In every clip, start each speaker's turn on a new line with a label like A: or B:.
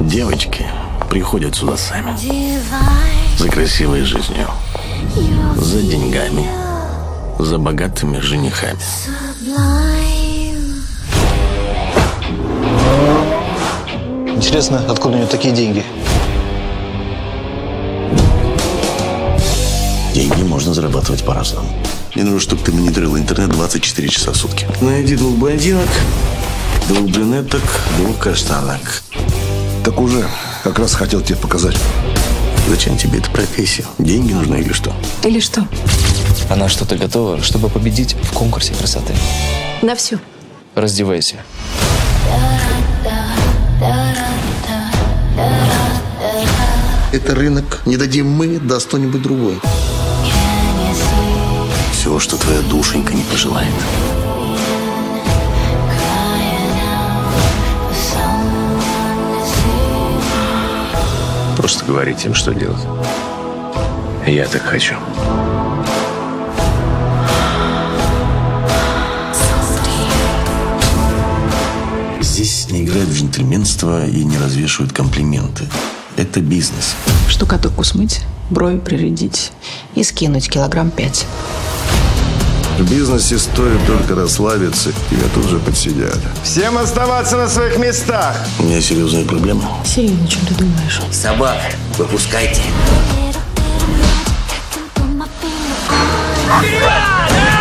A: Девочки приходят сюда сами. За красивой жизнью, за деньгами, за богатыми женихами.
B: Интересно, откуда у нее такие деньги?
A: Деньги можно зарабатывать по-разному. Мне нужно, чтобы ты мониторил интернет 24 часа в сутки. Найди двух блондинок, двух брюнеток, двух каштанок.
C: Так уже как раз хотел тебе показать.
A: Зачем тебе эта профессия? Деньги нужны или что?
D: Или что?
E: Она что-то готова, чтобы победить в конкурсе красоты.
D: На всю.
E: Раздевайся.
F: Это рынок. Не дадим мы, даст кто-нибудь другой.
A: Все, что твоя душенька не пожелает.
G: Просто говорите им, что делать. Я так хочу.
A: Здесь не играют в джентльменство и не развешивают комплименты. Это бизнес.
H: Штукатурку смыть, брови прирядить и скинуть килограмм пять.
C: В бизнесе стоит только расслабиться, тебя тут же подсидят.
I: Всем оставаться на своих местах.
A: У меня серьезная проблема.
H: Серьезно, чем ты думаешь?
J: Собак выпускайте.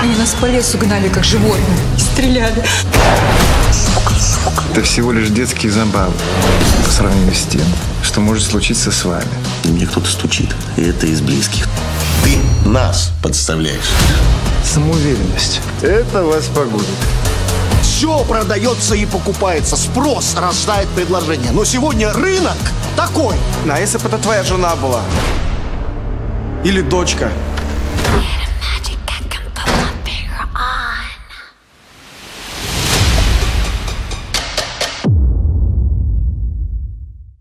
D: Они нас по лесу гнали, как животных. и Стреляли.
I: Это всего лишь детские забавы по сравнению с тем, что может случиться с вами.
A: Мне кто-то стучит. И это из близких. Ты нас подставляешь.
I: Самоуверенность. Это вас погубит.
F: Все продается и покупается. Спрос рождает предложение. Но сегодня рынок такой.
I: А если бы это твоя жена была? Или дочка?